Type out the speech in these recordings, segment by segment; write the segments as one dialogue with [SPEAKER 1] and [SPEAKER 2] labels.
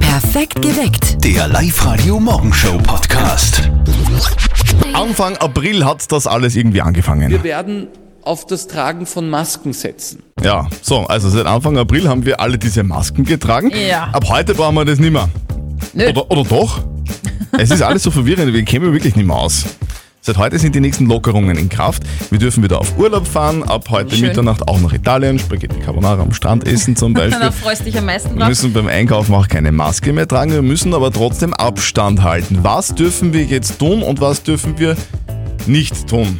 [SPEAKER 1] Perfekt geweckt.
[SPEAKER 2] Der Live-Radio Morgenshow Podcast.
[SPEAKER 3] Anfang April hat das alles irgendwie angefangen.
[SPEAKER 4] Wir werden auf das Tragen von Masken setzen.
[SPEAKER 3] Ja, so, also seit Anfang April haben wir alle diese Masken getragen.
[SPEAKER 5] Ja.
[SPEAKER 3] Ab heute brauchen wir das nicht mehr. Oder, oder doch? Es ist alles so verwirrend, wir kämen wirklich nicht mehr aus. Seit heute sind die nächsten Lockerungen in Kraft. Wir dürfen wieder auf Urlaub fahren, ab heute
[SPEAKER 5] Schön.
[SPEAKER 3] Mitternacht auch nach Italien, Spaghetti Carbonara am Strand essen zum Beispiel.
[SPEAKER 5] Da freust du dich am meisten
[SPEAKER 3] Wir
[SPEAKER 5] drauf.
[SPEAKER 3] müssen beim Einkaufen auch keine Maske mehr tragen, wir müssen aber trotzdem Abstand halten. Was dürfen wir jetzt tun und was dürfen wir nicht tun?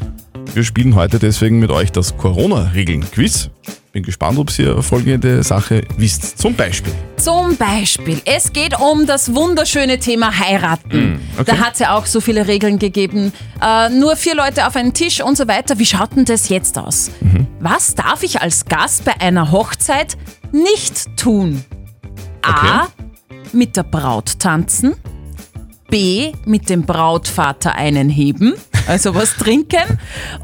[SPEAKER 3] Wir spielen heute deswegen mit euch das Corona-Regeln-Quiz. Bin gespannt, ob ihr folgende Sache wisst. Zum Beispiel.
[SPEAKER 5] Zum Beispiel, es geht um das wunderschöne Thema Heiraten.
[SPEAKER 3] Mm,
[SPEAKER 5] Da hat es ja auch so viele Regeln gegeben. Äh, nur vier Leute auf einen Tisch und so weiter. Wie schaut denn das jetzt aus?
[SPEAKER 3] Mhm.
[SPEAKER 5] Was darf ich als Gast bei einer Hochzeit nicht tun? A. Mit der Braut tanzen. B. Mit dem Brautvater einen heben. Also was trinken.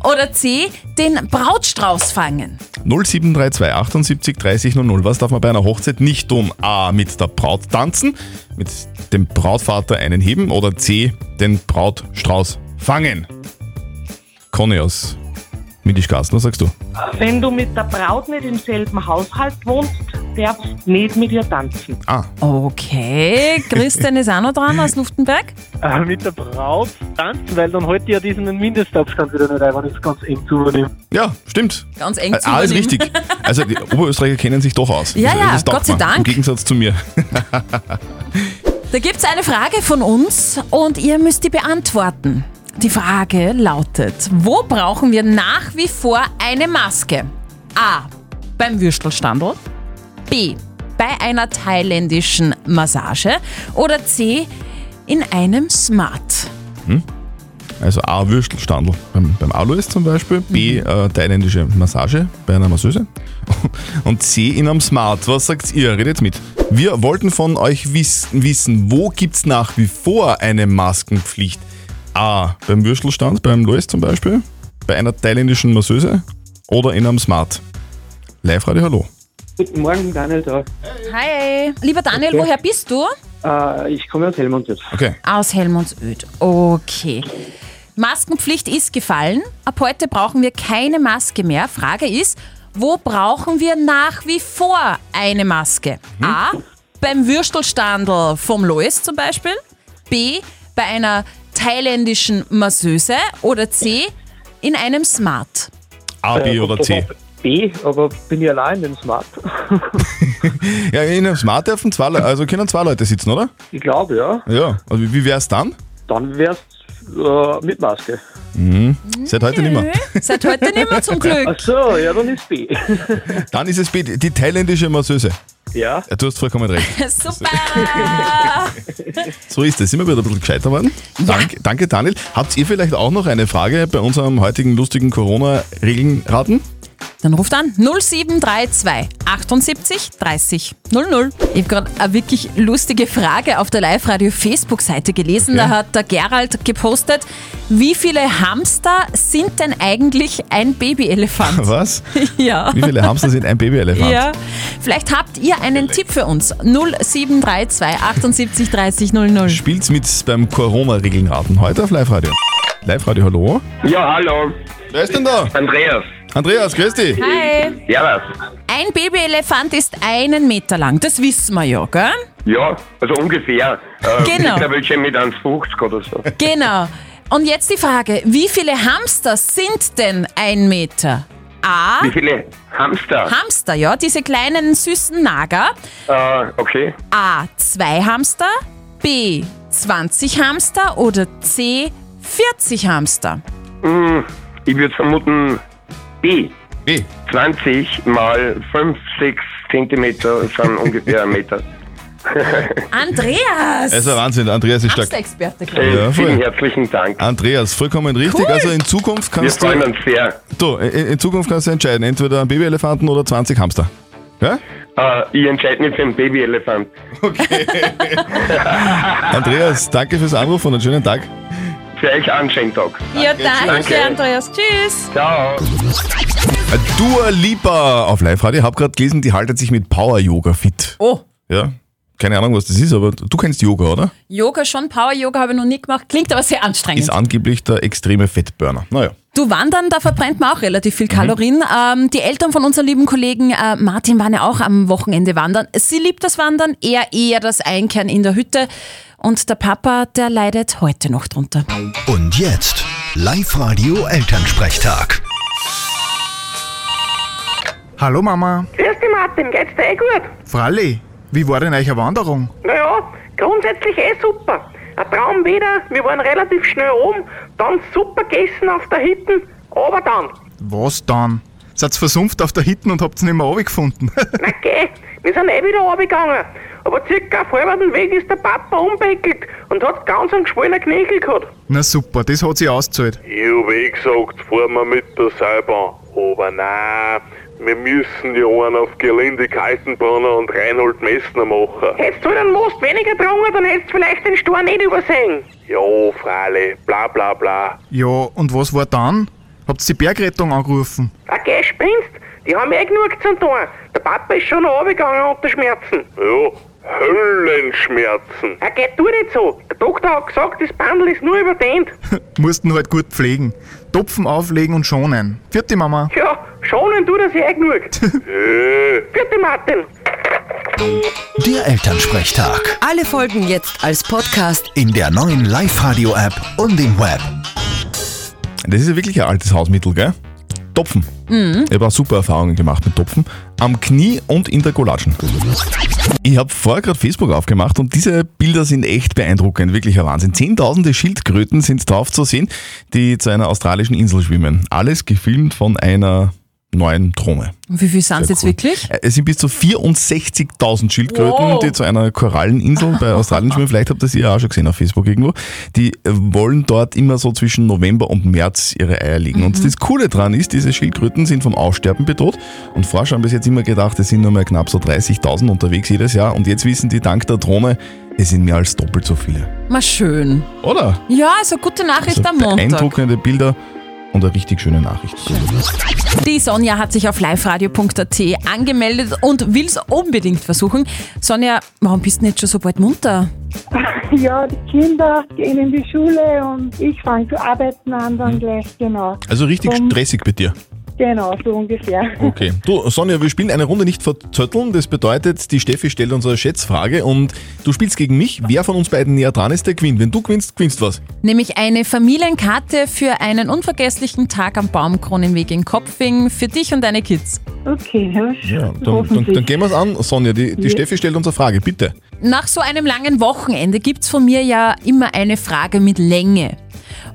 [SPEAKER 5] Oder C. Den Brautstrauß fangen.
[SPEAKER 3] 0732 78 30 00. Was darf man bei einer Hochzeit nicht tun? A. Mit der Braut tanzen, mit dem Brautvater einen heben oder C. Den Brautstrauß fangen. Conny aus Mündischgarten, was sagst du?
[SPEAKER 6] Wenn du mit der Braut nicht im selben Haushalt wohnst, darfst nicht mit ihr tanzen.
[SPEAKER 3] Ah,
[SPEAKER 5] Okay, Christian ist auch noch dran aus Luftenberg.
[SPEAKER 7] Äh, mit der Braut tanzen, weil dann heute ja diesen Mindestabstand wieder nicht ein, wenn ich es ganz eng zuübernehme.
[SPEAKER 3] ja, stimmt.
[SPEAKER 5] Ganz eng zu
[SPEAKER 3] Äh, Alles
[SPEAKER 5] übernehmen.
[SPEAKER 3] richtig. Also die Oberösterreicher kennen sich doch aus.
[SPEAKER 5] Ja,
[SPEAKER 3] Das-
[SPEAKER 5] ja,
[SPEAKER 3] das taugt
[SPEAKER 5] Gott sei
[SPEAKER 3] mir. Im
[SPEAKER 5] Dank.
[SPEAKER 3] Gegensatz zu mir.
[SPEAKER 5] Da gibt es eine Frage von uns und ihr müsst die beantworten. Die Frage lautet, wo brauchen wir nach wie vor eine Maske? A. Beim Würstelstandl. B. Bei einer thailändischen Massage. Oder C. In einem Smart.
[SPEAKER 3] Also A, Würstelstandl beim, beim Alois zum Beispiel, B,
[SPEAKER 5] Mhm.
[SPEAKER 3] äh, thailändische Massage bei einer Masseuse und C, in einem Smart. Was sagt ihr? Redet mit. Wir wollten von euch wiss, wissen, wo gibt es nach wie vor eine Maskenpflicht? A, beim Würstelstand, beim Lois zum Beispiel, bei einer thailändischen Masseuse oder in einem Smart? Live-Radio, hallo.
[SPEAKER 7] Guten Morgen, Daniel da.
[SPEAKER 5] Hi. Lieber Daniel, woher bist du?
[SPEAKER 7] Äh, ich komme aus Helmond.
[SPEAKER 3] Okay.
[SPEAKER 5] Aus Helmundsöd. Okay. Maskenpflicht ist gefallen. Ab heute brauchen wir keine Maske mehr. Frage ist, wo brauchen wir nach wie vor eine Maske?
[SPEAKER 3] Mhm.
[SPEAKER 5] A. Beim Würstelstandl vom Lois zum Beispiel. B. Bei einer thailändischen Masseuse. Oder C. In einem Smart.
[SPEAKER 3] A,
[SPEAKER 8] Äh,
[SPEAKER 3] B oder C?
[SPEAKER 7] B, aber bin ich allein im Smart.
[SPEAKER 3] Ja, in einem Smart dürfen zwei Leute, also können zwei Leute sitzen, oder?
[SPEAKER 7] ich glaube, ja.
[SPEAKER 3] Ja. Also wie, wie wär's dann?
[SPEAKER 7] Dann wärst äh, mit Maske.
[SPEAKER 3] Seit heute nicht mehr.
[SPEAKER 5] Seit heute nicht mehr zum Glück.
[SPEAKER 7] Ach so, ja, dann ist B.
[SPEAKER 3] Dann ist es B, die thailändische Masseuse.
[SPEAKER 7] ja.
[SPEAKER 3] Ja, Du hast vollkommen recht.
[SPEAKER 5] Super.
[SPEAKER 3] So ist es. Sind wir wieder ein bisschen gescheiter worden? Danke, danke, Daniel. Habt ihr vielleicht auch noch eine Frage bei unserem heutigen lustigen Corona-Regelnraten?
[SPEAKER 5] Dann ruft an 0732 78 30 00. Ich habe gerade eine wirklich lustige Frage auf der Live-Radio-Facebook-Seite gelesen.
[SPEAKER 3] Okay.
[SPEAKER 5] Da hat der Gerald gepostet, wie viele Hamster sind denn eigentlich ein Babyelefant?
[SPEAKER 3] Was?
[SPEAKER 5] ja.
[SPEAKER 3] Wie viele Hamster sind ein Babyelefant?
[SPEAKER 5] Ja, vielleicht habt ihr einen Tipp für uns. 0732 78 30 00.
[SPEAKER 3] Spielt's mit beim Corona-Regelnraten heute auf Live-Radio. Live-Radio, hallo?
[SPEAKER 9] Ja, hallo,
[SPEAKER 3] Wer ist denn da?
[SPEAKER 9] Andreas.
[SPEAKER 3] Andreas, grüß dich.
[SPEAKER 5] Hi.
[SPEAKER 9] Servus.
[SPEAKER 5] Ein Babyelefant ist einen Meter lang, das wissen wir ja, gell?
[SPEAKER 9] Ja, also ungefähr. Äh,
[SPEAKER 5] Genau.
[SPEAKER 9] Der will schon mit 1,50 oder so.
[SPEAKER 5] Genau. Und jetzt die Frage, wie viele Hamster sind denn ein Meter? A.
[SPEAKER 3] Ah.
[SPEAKER 9] Wie viele Hamster?
[SPEAKER 5] Hamster, ja, diese kleinen süßen Nager.
[SPEAKER 9] äh, okay.
[SPEAKER 5] A. Zwei Hamster. B. 20 Hamster oder C. 40 Hamster.
[SPEAKER 9] Hm, ich würde vermuten B.
[SPEAKER 3] B.
[SPEAKER 9] 20 mal 5, 6 Zentimeter sind ungefähr ein Meter.
[SPEAKER 5] Andreas!
[SPEAKER 3] Es ist ein Wahnsinn, Andreas ist stark.
[SPEAKER 5] Hamsterexperte. gell?
[SPEAKER 9] Äh,
[SPEAKER 3] Ja, voll.
[SPEAKER 9] vielen herzlichen Dank.
[SPEAKER 3] Andreas, vollkommen richtig.
[SPEAKER 5] Cool.
[SPEAKER 3] Also in Zukunft
[SPEAKER 9] Wir
[SPEAKER 3] kannst
[SPEAKER 9] freuen
[SPEAKER 3] du,
[SPEAKER 9] uns sehr.
[SPEAKER 3] du in, in Zukunft kannst du entscheiden, entweder ein Babyelefanten oder 20 Hamster. Ja?
[SPEAKER 9] Äh, ich entscheide mich für einen Babyelefant.
[SPEAKER 3] Andreas, danke fürs Anrufen und einen schönen Tag.
[SPEAKER 9] Für euch einen schönen Tag.
[SPEAKER 5] Ja, danke,
[SPEAKER 9] Danke.
[SPEAKER 5] Andreas. Tschüss.
[SPEAKER 9] Ciao.
[SPEAKER 3] Dua Lipa auf Live-Radio. Hab gerade gelesen, die haltet sich mit Power-Yoga fit.
[SPEAKER 5] Oh,
[SPEAKER 3] Ja. keine Ahnung, was das ist, aber du kennst Yoga, oder?
[SPEAKER 5] Yoga schon, Power-Yoga habe ich noch nie gemacht, klingt aber sehr anstrengend.
[SPEAKER 3] Ist angeblich der extreme Fettburner. Naja.
[SPEAKER 5] Du wandern, da verbrennt man auch relativ viel Kalorien. Ähm, die Eltern von unserem lieben Kollegen äh, Martin waren ja auch am Wochenende wandern. Sie liebt das Wandern, er eher das Einkehren in der Hütte. Und der Papa, der leidet heute noch drunter.
[SPEAKER 2] Und jetzt Live-Radio Elternsprechtag.
[SPEAKER 1] Hallo Mama,
[SPEAKER 10] Grüß dich, Martin. Geht's dir eh gut?
[SPEAKER 1] Fralli, wie war denn eure Wanderung?
[SPEAKER 10] Naja, grundsätzlich eh super. Ein Traum wieder. Wir waren relativ schnell oben. Dann super gegessen auf der Hitten. Aber dann,
[SPEAKER 1] Was dann? Seid versumpft auf der Hitten und habt's nicht mehr runtergefunden.
[SPEAKER 10] na geh, wir sind eh wieder runtergegangen. Aber circa auf halber den Weg ist der Papa umbeckelt und hat ganz einen geschwollenen Knöchel gehabt.
[SPEAKER 1] Na super, das hat sich ausgezahlt.
[SPEAKER 11] Ich hab eh gesagt, fahren wir mit der Seilbahn. Aber nein, wir müssen ja einen auf Gelinde Kaltenbronner und Reinhold Messner machen.
[SPEAKER 10] Hättest du den Most weniger getrunken, dann hättest du vielleicht den Stor nicht übersehen.
[SPEAKER 11] Ja, Frale, bla bla bla.
[SPEAKER 1] Ja, und was war dann? Habt's die Bergrettung angerufen?
[SPEAKER 10] Na geh, spinnst? Die haben eh genug zu tun. Der Papa ist schon noch runtergegangen unter Schmerzen.
[SPEAKER 11] Ja, Höllenschmerzen.
[SPEAKER 10] Na geh, tu nicht so. Der Doktor hat gesagt, das Bandel ist nur überdehnt.
[SPEAKER 1] Mussten halt gut pflegen. Topfen auflegen und schonen. Vierte Mama.
[SPEAKER 10] Ja, schonen tut er sich eh genug.
[SPEAKER 11] Äh,
[SPEAKER 10] Bitte, Martin.
[SPEAKER 2] Der Elternsprechtag.
[SPEAKER 12] Alle Folgen jetzt als Podcast.
[SPEAKER 2] In der neuen Live-Radio-App und im Web.
[SPEAKER 3] Das ist ja wirklich ein altes Hausmittel, gell? Topfen. Ich habe auch super Erfahrungen gemacht mit Topfen. Am Knie und in der Gulaschen. Ich habe vorher gerade Facebook aufgemacht und diese Bilder sind echt beeindruckend. Wirklich ein Wahnsinn. Zehntausende Schildkröten sind drauf zu sehen, die zu einer australischen Insel schwimmen. Alles gefilmt von einer neuen Drohne.
[SPEAKER 5] Und wie viel sind es jetzt
[SPEAKER 3] Cool.
[SPEAKER 5] wirklich?
[SPEAKER 3] Äh, Es sind bis zu 64.000 Schildkröten,
[SPEAKER 5] Wow.
[SPEAKER 3] die zu einer Koralleninsel bei Australien schwimmen. Vielleicht habt ihr sie ja auch schon gesehen auf Facebook irgendwo. Die äh, wollen dort immer so zwischen November und März ihre Eier legen.
[SPEAKER 5] Mhm.
[SPEAKER 3] Und das Coole dran ist, diese Schildkröten sind vom Aussterben bedroht. Und Forscher haben bis jetzt immer gedacht, es sind nur mehr knapp so 30.000 unterwegs jedes Jahr. Und jetzt wissen die dank der Drohne, es sind mehr als doppelt so viele.
[SPEAKER 5] Mal schön.
[SPEAKER 3] Oder?
[SPEAKER 5] Ja, also gute Nachricht am Montag.
[SPEAKER 3] beeindruckende Bilder und eine richtig schöne Nachricht.
[SPEAKER 5] Die Sonja hat sich auf liveradio.at angemeldet und will es unbedingt versuchen. Sonja, warum bist du nicht schon so bald munter?
[SPEAKER 6] Ja, die Kinder gehen in die Schule und ich fange zu arbeiten an dann gleich, genau.
[SPEAKER 3] Hm. Also Hm. richtig
[SPEAKER 6] Um-
[SPEAKER 3] stressig bei dir.
[SPEAKER 6] Genau, so ungefähr.
[SPEAKER 3] Okay. Du, Sonja, wir spielen eine Runde nicht verzötteln. Das bedeutet, die Steffi stellt uns eine Schätzfrage und du spielst gegen mich. Wer von uns beiden näher dran ist, der gewinnt. Wenn du gewinnst, gewinnst was.
[SPEAKER 5] Nämlich eine Familienkarte für einen unvergesslichen Tag am Baumkronenweg in Kopfing für dich und deine Kids.
[SPEAKER 6] Okay, ne? ja,
[SPEAKER 3] Dann, dann, dann gehen wir es an. Sonja, die, die Steffi stellt uns eine Frage, bitte.
[SPEAKER 5] Nach so einem langen Wochenende gibt's von mir ja immer eine Frage mit Länge.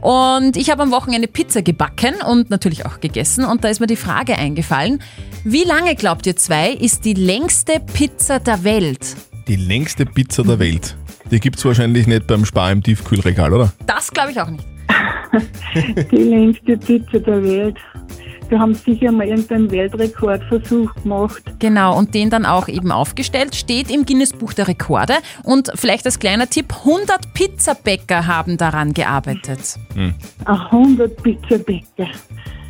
[SPEAKER 5] Und ich habe am Wochenende Pizza gebacken und natürlich auch gegessen und da ist mir die Frage eingefallen, wie lange glaubt ihr zwei ist die längste Pizza der Welt?
[SPEAKER 3] Die längste Pizza der Welt. Die gibt es wahrscheinlich nicht beim Spar im Tiefkühlregal, oder?
[SPEAKER 5] Das glaube ich auch nicht.
[SPEAKER 6] die längste Pizza der Welt. Wir haben sicher mal irgendeinen Weltrekordversuch gemacht.
[SPEAKER 5] Genau, und den dann auch eben aufgestellt, steht im Guinness Buch der Rekorde und vielleicht als kleiner Tipp, 100 Pizzabäcker haben daran gearbeitet.
[SPEAKER 6] Ein 100 Pizzabäcker.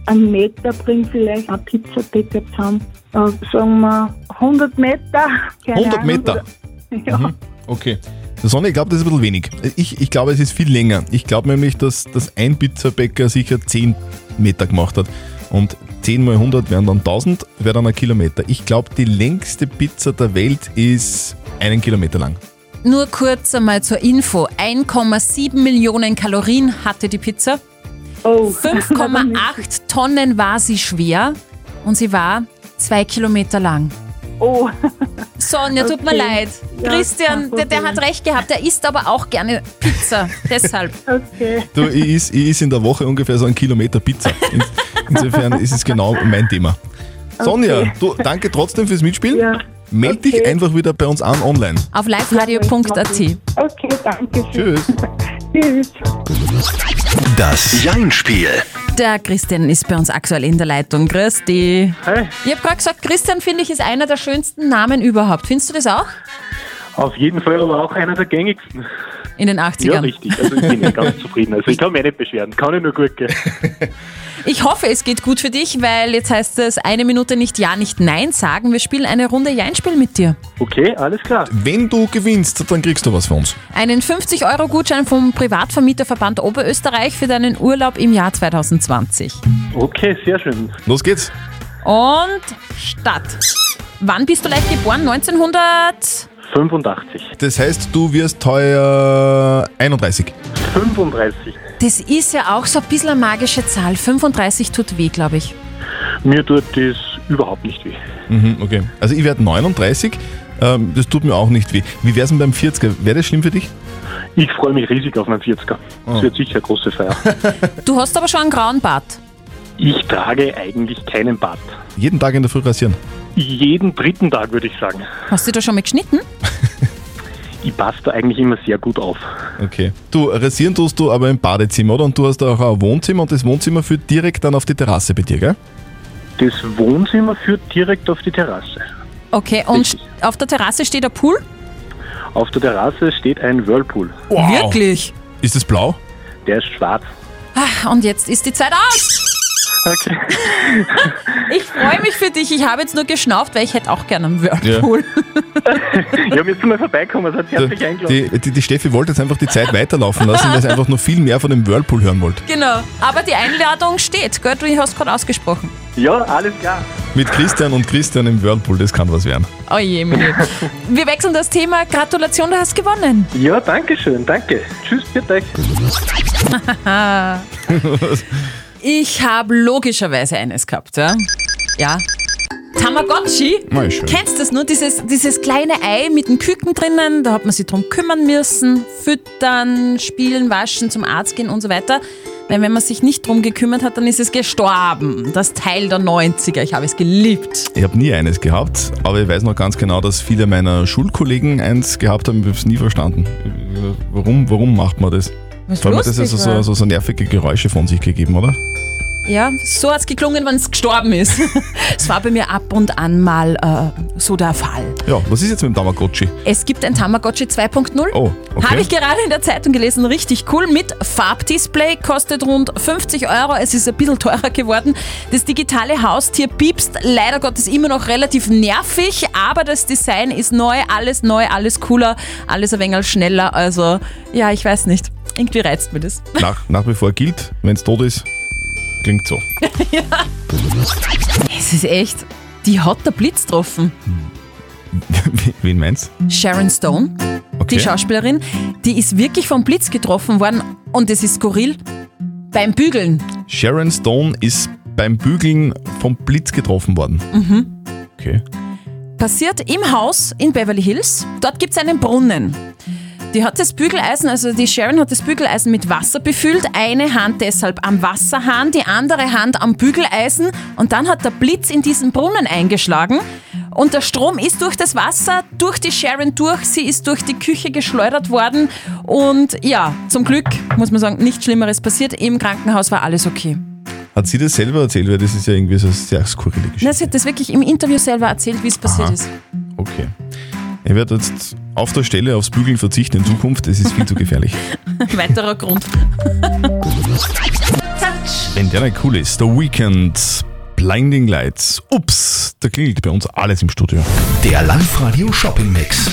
[SPEAKER 6] Ein Meter bringt vielleicht ein Pizzabäcker zusammen. Äh, sagen wir 100 Meter. Keine
[SPEAKER 3] 100
[SPEAKER 6] Ahnung,
[SPEAKER 3] Meter. Mhm.
[SPEAKER 6] oder- Ja.
[SPEAKER 3] Okay. Sonja, ich glaube, das ist ein bisschen wenig. Ich, ich glaube, es ist viel länger. Ich glaube nämlich, dass, dass ein Pizzabäcker sicher 10 Meter gemacht hat. Und 10 mal 100 wären dann 1000, wäre dann ein Kilometer. Ich glaube, die längste Pizza der Welt ist einen Kilometer lang.
[SPEAKER 5] Nur kurz einmal zur Info. 1,7 Millionen Kalorien hatte die Pizza.
[SPEAKER 6] Oh.
[SPEAKER 5] 5,8 Tonnen war sie schwer und sie war zwei Kilometer lang.
[SPEAKER 6] Oh.
[SPEAKER 5] Sonja, tut mir
[SPEAKER 6] Okay.
[SPEAKER 5] leid.
[SPEAKER 6] Ja,
[SPEAKER 5] Christian,
[SPEAKER 6] kein
[SPEAKER 5] der, der
[SPEAKER 6] Problem.
[SPEAKER 5] hat recht gehabt. Der isst aber auch gerne Pizza. Deshalb.
[SPEAKER 6] Okay.
[SPEAKER 3] Du, ich is, ich is in der Woche ungefähr so ein Kilometer Pizza. In, insofern ist es genau mein Thema. Sonja, du, danke trotzdem fürs Mitspielen.
[SPEAKER 6] Ja.
[SPEAKER 3] Meld dich
[SPEAKER 6] Okay.
[SPEAKER 3] einfach wieder bei uns an online.
[SPEAKER 5] Auf liveradio.at.
[SPEAKER 6] Okay, danke. schön.
[SPEAKER 3] Tschüss.
[SPEAKER 6] Tschüss.
[SPEAKER 2] Das Jein-Spiel.
[SPEAKER 5] Der Christian ist bei uns aktuell in der Leitung. Christi.
[SPEAKER 7] Hey,
[SPEAKER 5] Ich habe gerade gesagt, Christian, finde ich, ist einer der schönsten Namen überhaupt. Findest du das auch?
[SPEAKER 7] auf jeden Fall aber auch einer der gängigsten.
[SPEAKER 5] in den 80ern.
[SPEAKER 7] Ja, richtig. Also ich bin ja ganz zufrieden. Also ich kann mich nicht beschweren. Kann ich nur gut gehen.
[SPEAKER 5] Ich hoffe, es geht gut für dich, weil jetzt heißt es eine Minute nicht Ja, nicht Nein sagen. Wir spielen eine Runde Jeinspiel mit dir.
[SPEAKER 3] Okay, alles klar. Wenn du gewinnst, dann kriegst du was von uns.
[SPEAKER 5] Einen 50-Euro-Gutschein vom Privatvermieterverband Oberösterreich für deinen Urlaub im Jahr 2020.
[SPEAKER 7] Okay, sehr schön.
[SPEAKER 3] Los geht's.
[SPEAKER 5] Und Stadt. Wann bist du leicht geboren? 1900?
[SPEAKER 7] 85.
[SPEAKER 3] Das heißt, du wirst heuer 31.
[SPEAKER 7] 35.
[SPEAKER 5] Das ist ja auch so ein bisschen eine magische Zahl. 35 tut weh, glaube ich.
[SPEAKER 7] Mir tut das überhaupt nicht weh.
[SPEAKER 3] Mhm, okay. Also ich werde 39. Ähm, das tut mir auch nicht weh. Wie wär's denn beim 40er? Wäre das schlimm für dich?
[SPEAKER 7] Ich freue mich riesig auf meinen 40er. Das wird sicher eine große Feier.
[SPEAKER 5] Du hast aber schon einen grauen Bart.
[SPEAKER 7] Ich trage eigentlich keinen Bart.
[SPEAKER 3] Jeden Tag in der Früh rasieren.
[SPEAKER 7] Jeden dritten Tag würde ich sagen.
[SPEAKER 5] Hast du da schon mal geschnitten?
[SPEAKER 7] Ich passe da eigentlich immer sehr gut auf.
[SPEAKER 3] Okay. Du, rasieren tust du aber im Badezimmer, oder? Und du hast auch ein Wohnzimmer und das Wohnzimmer führt direkt dann auf die Terrasse bei dir, gell?
[SPEAKER 7] Das Wohnzimmer führt direkt auf die Terrasse.
[SPEAKER 5] Okay, und st- auf der Terrasse steht ein Pool?
[SPEAKER 7] Auf der Terrasse steht ein Whirlpool.
[SPEAKER 5] Wow. Wirklich?
[SPEAKER 3] Ist das blau?
[SPEAKER 7] Der ist schwarz.
[SPEAKER 5] Ah, Und jetzt ist die Zeit aus.
[SPEAKER 7] Okay.
[SPEAKER 5] Ich freue mich für dich. Ich habe jetzt nur geschnauft, weil ich hätte auch gerne einen Whirlpool.
[SPEAKER 7] Ja, müssen mal vorbeikommen, es hat herzlich eingeladen.
[SPEAKER 3] Die, die, die Steffi wollte jetzt einfach die Zeit weiterlaufen lassen, weil sie einfach noch viel mehr von dem Whirlpool hören wollte.
[SPEAKER 5] Genau. Aber die Einladung steht, gell? Du hast gerade ausgesprochen.
[SPEAKER 7] Ja, alles klar.
[SPEAKER 3] Mit Christian und Christian im Whirlpool, das kann was werden.
[SPEAKER 5] Oh je, Mini. Wir wechseln das Thema. Gratulation, du hast gewonnen.
[SPEAKER 7] Ja, danke schön, danke. Tschüss, bitte euch.
[SPEAKER 5] Haha. ich habe logischerweise eines gehabt, ja? Ja. Tamagotchi?
[SPEAKER 3] Na, schön.
[SPEAKER 5] Kennst du das nur? Dieses, dieses kleine Ei mit den Küken drinnen, da hat man sich drum kümmern müssen, füttern, spielen, waschen, zum Arzt gehen und so weiter. Weil wenn man sich nicht drum gekümmert hat, dann ist es gestorben. Das Teil der 90er. Ich habe es geliebt.
[SPEAKER 3] Ich habe nie eines gehabt, aber ich weiß noch ganz genau, dass viele meiner Schulkollegen eins gehabt haben. Ich habe es nie verstanden. Warum, warum macht man das?
[SPEAKER 5] Weil's
[SPEAKER 3] Vor allem hat das
[SPEAKER 5] lustig
[SPEAKER 3] also so,
[SPEAKER 5] war.
[SPEAKER 3] so, so nervige Geräusche von sich gegeben, oder?
[SPEAKER 5] Ja, so hat es geklungen, wenn es gestorben ist. Es war bei mir ab und an mal äh, so der Fall.
[SPEAKER 3] Ja, was ist jetzt mit dem Tamagotchi?
[SPEAKER 5] Es gibt ein Tamagotchi 2.0.
[SPEAKER 3] Oh, okay.
[SPEAKER 5] Habe ich gerade in der Zeitung gelesen, richtig cool. Mit Farbdisplay, kostet rund 50 Euro. Es ist ein bisschen teurer geworden. Das digitale Haustier piepst leider Gottes immer noch relativ nervig, aber das Design ist neu, alles neu, alles cooler, alles ein wenig schneller. Also, ja, ich weiß nicht. Irgendwie reizt mir das.
[SPEAKER 3] Nach, nach wie vor gilt, wenn es tot ist, klingt so.
[SPEAKER 5] Es ist echt, die hat der Blitz getroffen.
[SPEAKER 3] Wen meinst
[SPEAKER 5] Sharon Stone, die Schauspielerin, die ist wirklich vom Blitz getroffen worden und es ist skurril. Beim Bügeln.
[SPEAKER 3] Sharon Stone ist beim Bügeln vom Blitz getroffen worden.
[SPEAKER 5] Mhm.
[SPEAKER 3] Okay.
[SPEAKER 5] Passiert im Haus in Beverly Hills. Dort gibt es einen Brunnen. Die hat das Bügeleisen, also die Sharon hat das Bügeleisen mit Wasser befüllt. Eine Hand deshalb am Wasserhahn, die andere Hand am Bügeleisen. Und dann hat der Blitz in diesen Brunnen eingeschlagen. Und der Strom ist durch das Wasser, durch die Sharon durch. Sie ist durch die Küche geschleudert worden. Und ja, zum Glück, muss man sagen, nichts Schlimmeres passiert. Im Krankenhaus war alles okay.
[SPEAKER 3] Hat sie das selber erzählt? Weil das ist ja irgendwie so eine sehr skurrile Geschichte.
[SPEAKER 5] Na, sie hat das wirklich im Interview selber erzählt, wie es passiert
[SPEAKER 3] Aha.
[SPEAKER 5] ist.
[SPEAKER 3] Okay. Ich werde jetzt auf der Stelle aufs Bügeln verzichten in Zukunft. Es ist viel zu gefährlich.
[SPEAKER 5] Weiterer Grund.
[SPEAKER 3] Wenn der nicht cool ist, The Weekend, Blinding Lights. Ups, da klingelt bei uns alles im Studio.
[SPEAKER 2] Der Live-Radio Shopping Mix.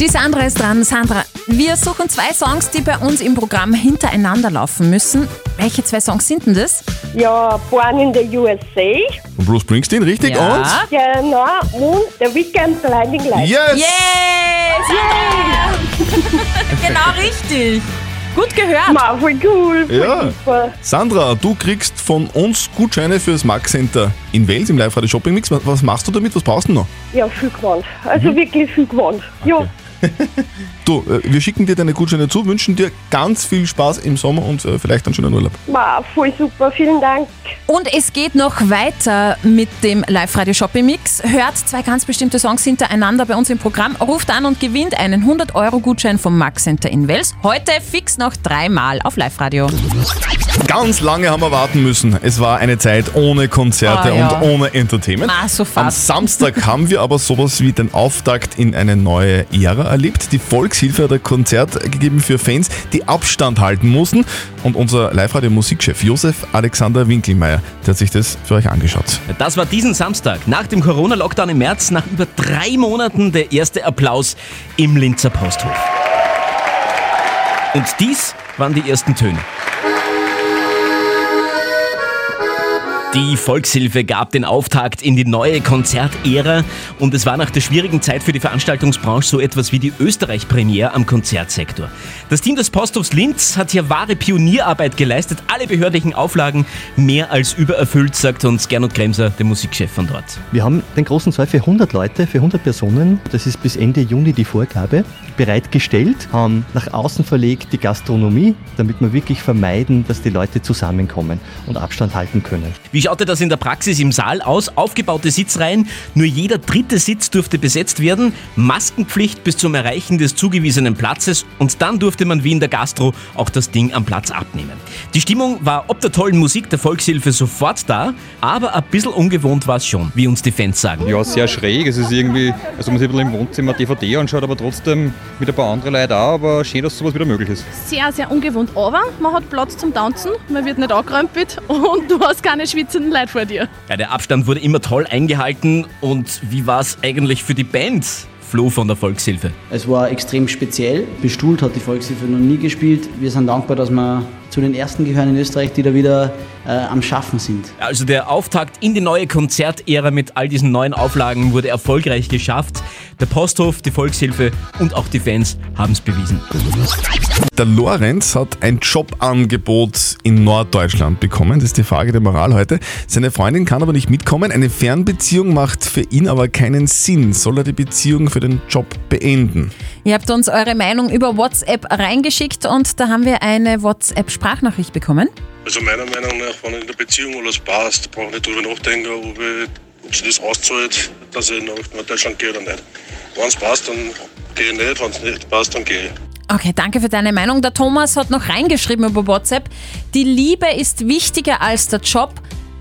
[SPEAKER 5] Die Sandra ist dran. Sandra, wir suchen zwei Songs, die bei uns im Programm hintereinander laufen müssen. Welche zwei Songs sind denn das?
[SPEAKER 13] Ja, Born in the USA.
[SPEAKER 3] Und Bruce Springsteen, richtig? Und?
[SPEAKER 13] Genau, und The Weekend Blinding Lights.
[SPEAKER 3] Yes!
[SPEAKER 5] genau richtig. Gut gehört.
[SPEAKER 13] Ma, voll cool. voll
[SPEAKER 3] Ja.
[SPEAKER 13] super.
[SPEAKER 3] Sandra, du kriegst von uns Gutscheine fürs Max Center in Wales im Live-Radio Shopping Mix. Was- Was machst du damit? Was brauchst du noch? Mhm.
[SPEAKER 13] Ja, viel gewonnen. Also wirklich viel gewonnen. Ja,
[SPEAKER 3] Du, äh, wir schicken dir deine Gutscheine zu, wünschen dir ganz viel Spaß im Sommer und äh, vielleicht einen schönen Urlaub.
[SPEAKER 13] ma, voll super. Vielen Dank.
[SPEAKER 5] Und es geht noch weiter mit dem Live-Radio Shopping Mix. Hört zwei ganz bestimmte Songs hintereinander bei uns im Programm, ruft an und gewinnt einen 100-Euro-Gutschein vom Max Center in Wels. Heute fix noch dreimal auf Live-Radio.
[SPEAKER 3] Ganz lange haben wir warten müssen. Es war eine Zeit ohne Konzerte
[SPEAKER 5] Ah, ja.
[SPEAKER 3] und ohne Entertainment.
[SPEAKER 5] Ah, so
[SPEAKER 3] Am Samstag haben wir aber sowas wie den Auftakt in eine neue Ära erlebt. Die Volkshilfe hat ein Konzert gegeben für Fans, die Abstand halten mussten. Und unser Live-Radio-Musikchef Josef Alexander Winkelmeier, der hat sich das für euch angeschaut.
[SPEAKER 8] Das war diesen Samstag, nach dem Corona-Lockdown im März, nach über drei Monaten der erste Applaus im Linzer Posthof. Und dies waren die ersten Töne. Die Volkshilfe gab den Auftakt in die neue Konzertära und es war nach der schwierigen Zeit für die Veranstaltungsbranche so etwas wie die Österreich-Premiere am Konzertsektor. Das Team des Posthofs Linz hat hier wahre Pionierarbeit geleistet, alle behördlichen Auflagen mehr als übererfüllt, sagt uns Gernot Kremser, der Musikchef von dort.
[SPEAKER 14] Wir haben den großen Saal für 100 Leute, für 100 Personen, das ist bis Ende Juni die Vorgabe, bereitgestellt, haben nach außen verlegt die Gastronomie, damit wir wirklich vermeiden, dass die Leute zusammenkommen und Abstand halten können.
[SPEAKER 8] Wie schaute das in der Praxis im Saal aus? Aufgebaute Sitzreihen, nur jeder dritte Sitz durfte besetzt werden, Maskenpflicht bis zum Erreichen des zugewiesenen Platzes und dann durfte man wie in der Gastro auch das Ding am Platz abnehmen. Die Stimmung war ob der tollen Musik der Volkshilfe sofort da, aber ein bisschen ungewohnt war es schon, wie uns die Fans sagen.
[SPEAKER 15] Ja, sehr schräg. Es ist irgendwie, als ob man sich ein bisschen im Wohnzimmer DVD anschaut, aber trotzdem mit ein paar anderen Leuten auch. Aber schön, dass sowas wieder möglich ist.
[SPEAKER 16] Sehr, sehr ungewohnt, aber man hat Platz zum Tanzen, man wird nicht angerempelt und du hast keine schwitzenden Leute vor dir.
[SPEAKER 8] Ja, der Abstand wurde immer toll eingehalten und wie war es eigentlich für die Band? Flo von der Volkshilfe.
[SPEAKER 17] Es war extrem speziell. Bestuhlt hat die Volkshilfe noch nie gespielt. Wir sind dankbar, dass wir zu den ersten gehören in Österreich, die da wieder äh, am Schaffen sind.
[SPEAKER 8] Also der Auftakt in die neue Konzertära mit all diesen neuen Auflagen wurde erfolgreich geschafft. Der Posthof, die Volkshilfe und auch die Fans haben es bewiesen.
[SPEAKER 3] Der Lorenz hat ein Jobangebot in Norddeutschland bekommen. Das ist die Frage der Moral heute. Seine Freundin kann aber nicht mitkommen. Eine Fernbeziehung macht für ihn aber keinen Sinn. Soll er die Beziehung für den Job beenden?
[SPEAKER 5] Ihr habt uns eure Meinung über WhatsApp reingeschickt und da haben wir eine WhatsApp-Sprachnachricht bekommen.
[SPEAKER 18] Also meiner Meinung nach, wenn in der Beziehung alles passt, brauche ich nicht drüber nachdenken, ob, ich, ob sie das auszahlt, dass ich nach Deutschland gehe oder nicht. Wenn es passt, dann gehe ich nicht, wenn es nicht passt, dann gehe ich.
[SPEAKER 5] Okay, danke für deine Meinung. Der Thomas hat noch reingeschrieben über WhatsApp. Die Liebe ist wichtiger als der Job.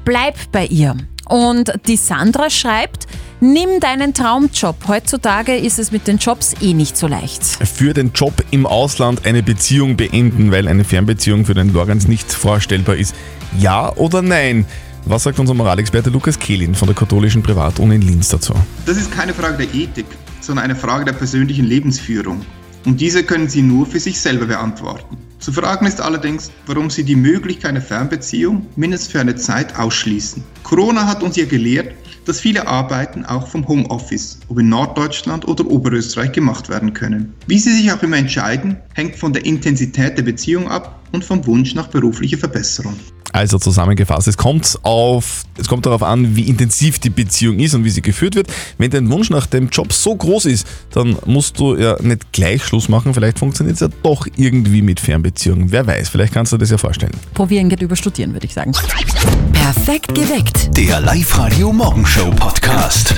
[SPEAKER 5] Bleib bei ihr. Und die Sandra schreibt, nimm deinen Traumjob. Heutzutage ist es mit den Jobs eh nicht so leicht.
[SPEAKER 3] Für den Job im Ausland eine Beziehung beenden, weil eine Fernbeziehung für den Lorenz nicht vorstellbar ist. Ja oder nein? Was sagt unser Moralexperte Lukas Kehlin von der katholischen Privatuni in Linz dazu?
[SPEAKER 19] Das ist keine Frage der Ethik, sondern eine Frage der persönlichen Lebensführung. Und diese können Sie nur für sich selber beantworten. Zu fragen ist allerdings, warum Sie die Möglichkeit einer Fernbeziehung mindestens für eine Zeit ausschließen. Corona hat uns ja gelehrt, dass viele Arbeiten auch vom Homeoffice, ob in Norddeutschland oder Oberösterreich, gemacht werden können. Wie Sie sich auch immer entscheiden, hängt von der Intensität der Beziehung ab und vom Wunsch nach beruflicher Verbesserung.
[SPEAKER 3] Also zusammengefasst, es kommt, auf, es kommt darauf an, wie intensiv die Beziehung ist und wie sie geführt wird. Wenn dein Wunsch nach dem Job so groß ist, dann musst du ja nicht gleich Schluss machen. Vielleicht funktioniert es ja doch irgendwie mit Fernbeziehungen. Wer weiß, vielleicht kannst du dir das ja vorstellen.
[SPEAKER 5] Probieren geht über Studieren, würde ich sagen.
[SPEAKER 12] Perfekt geweckt.
[SPEAKER 2] Der Live-Radio Morgenshow Podcast.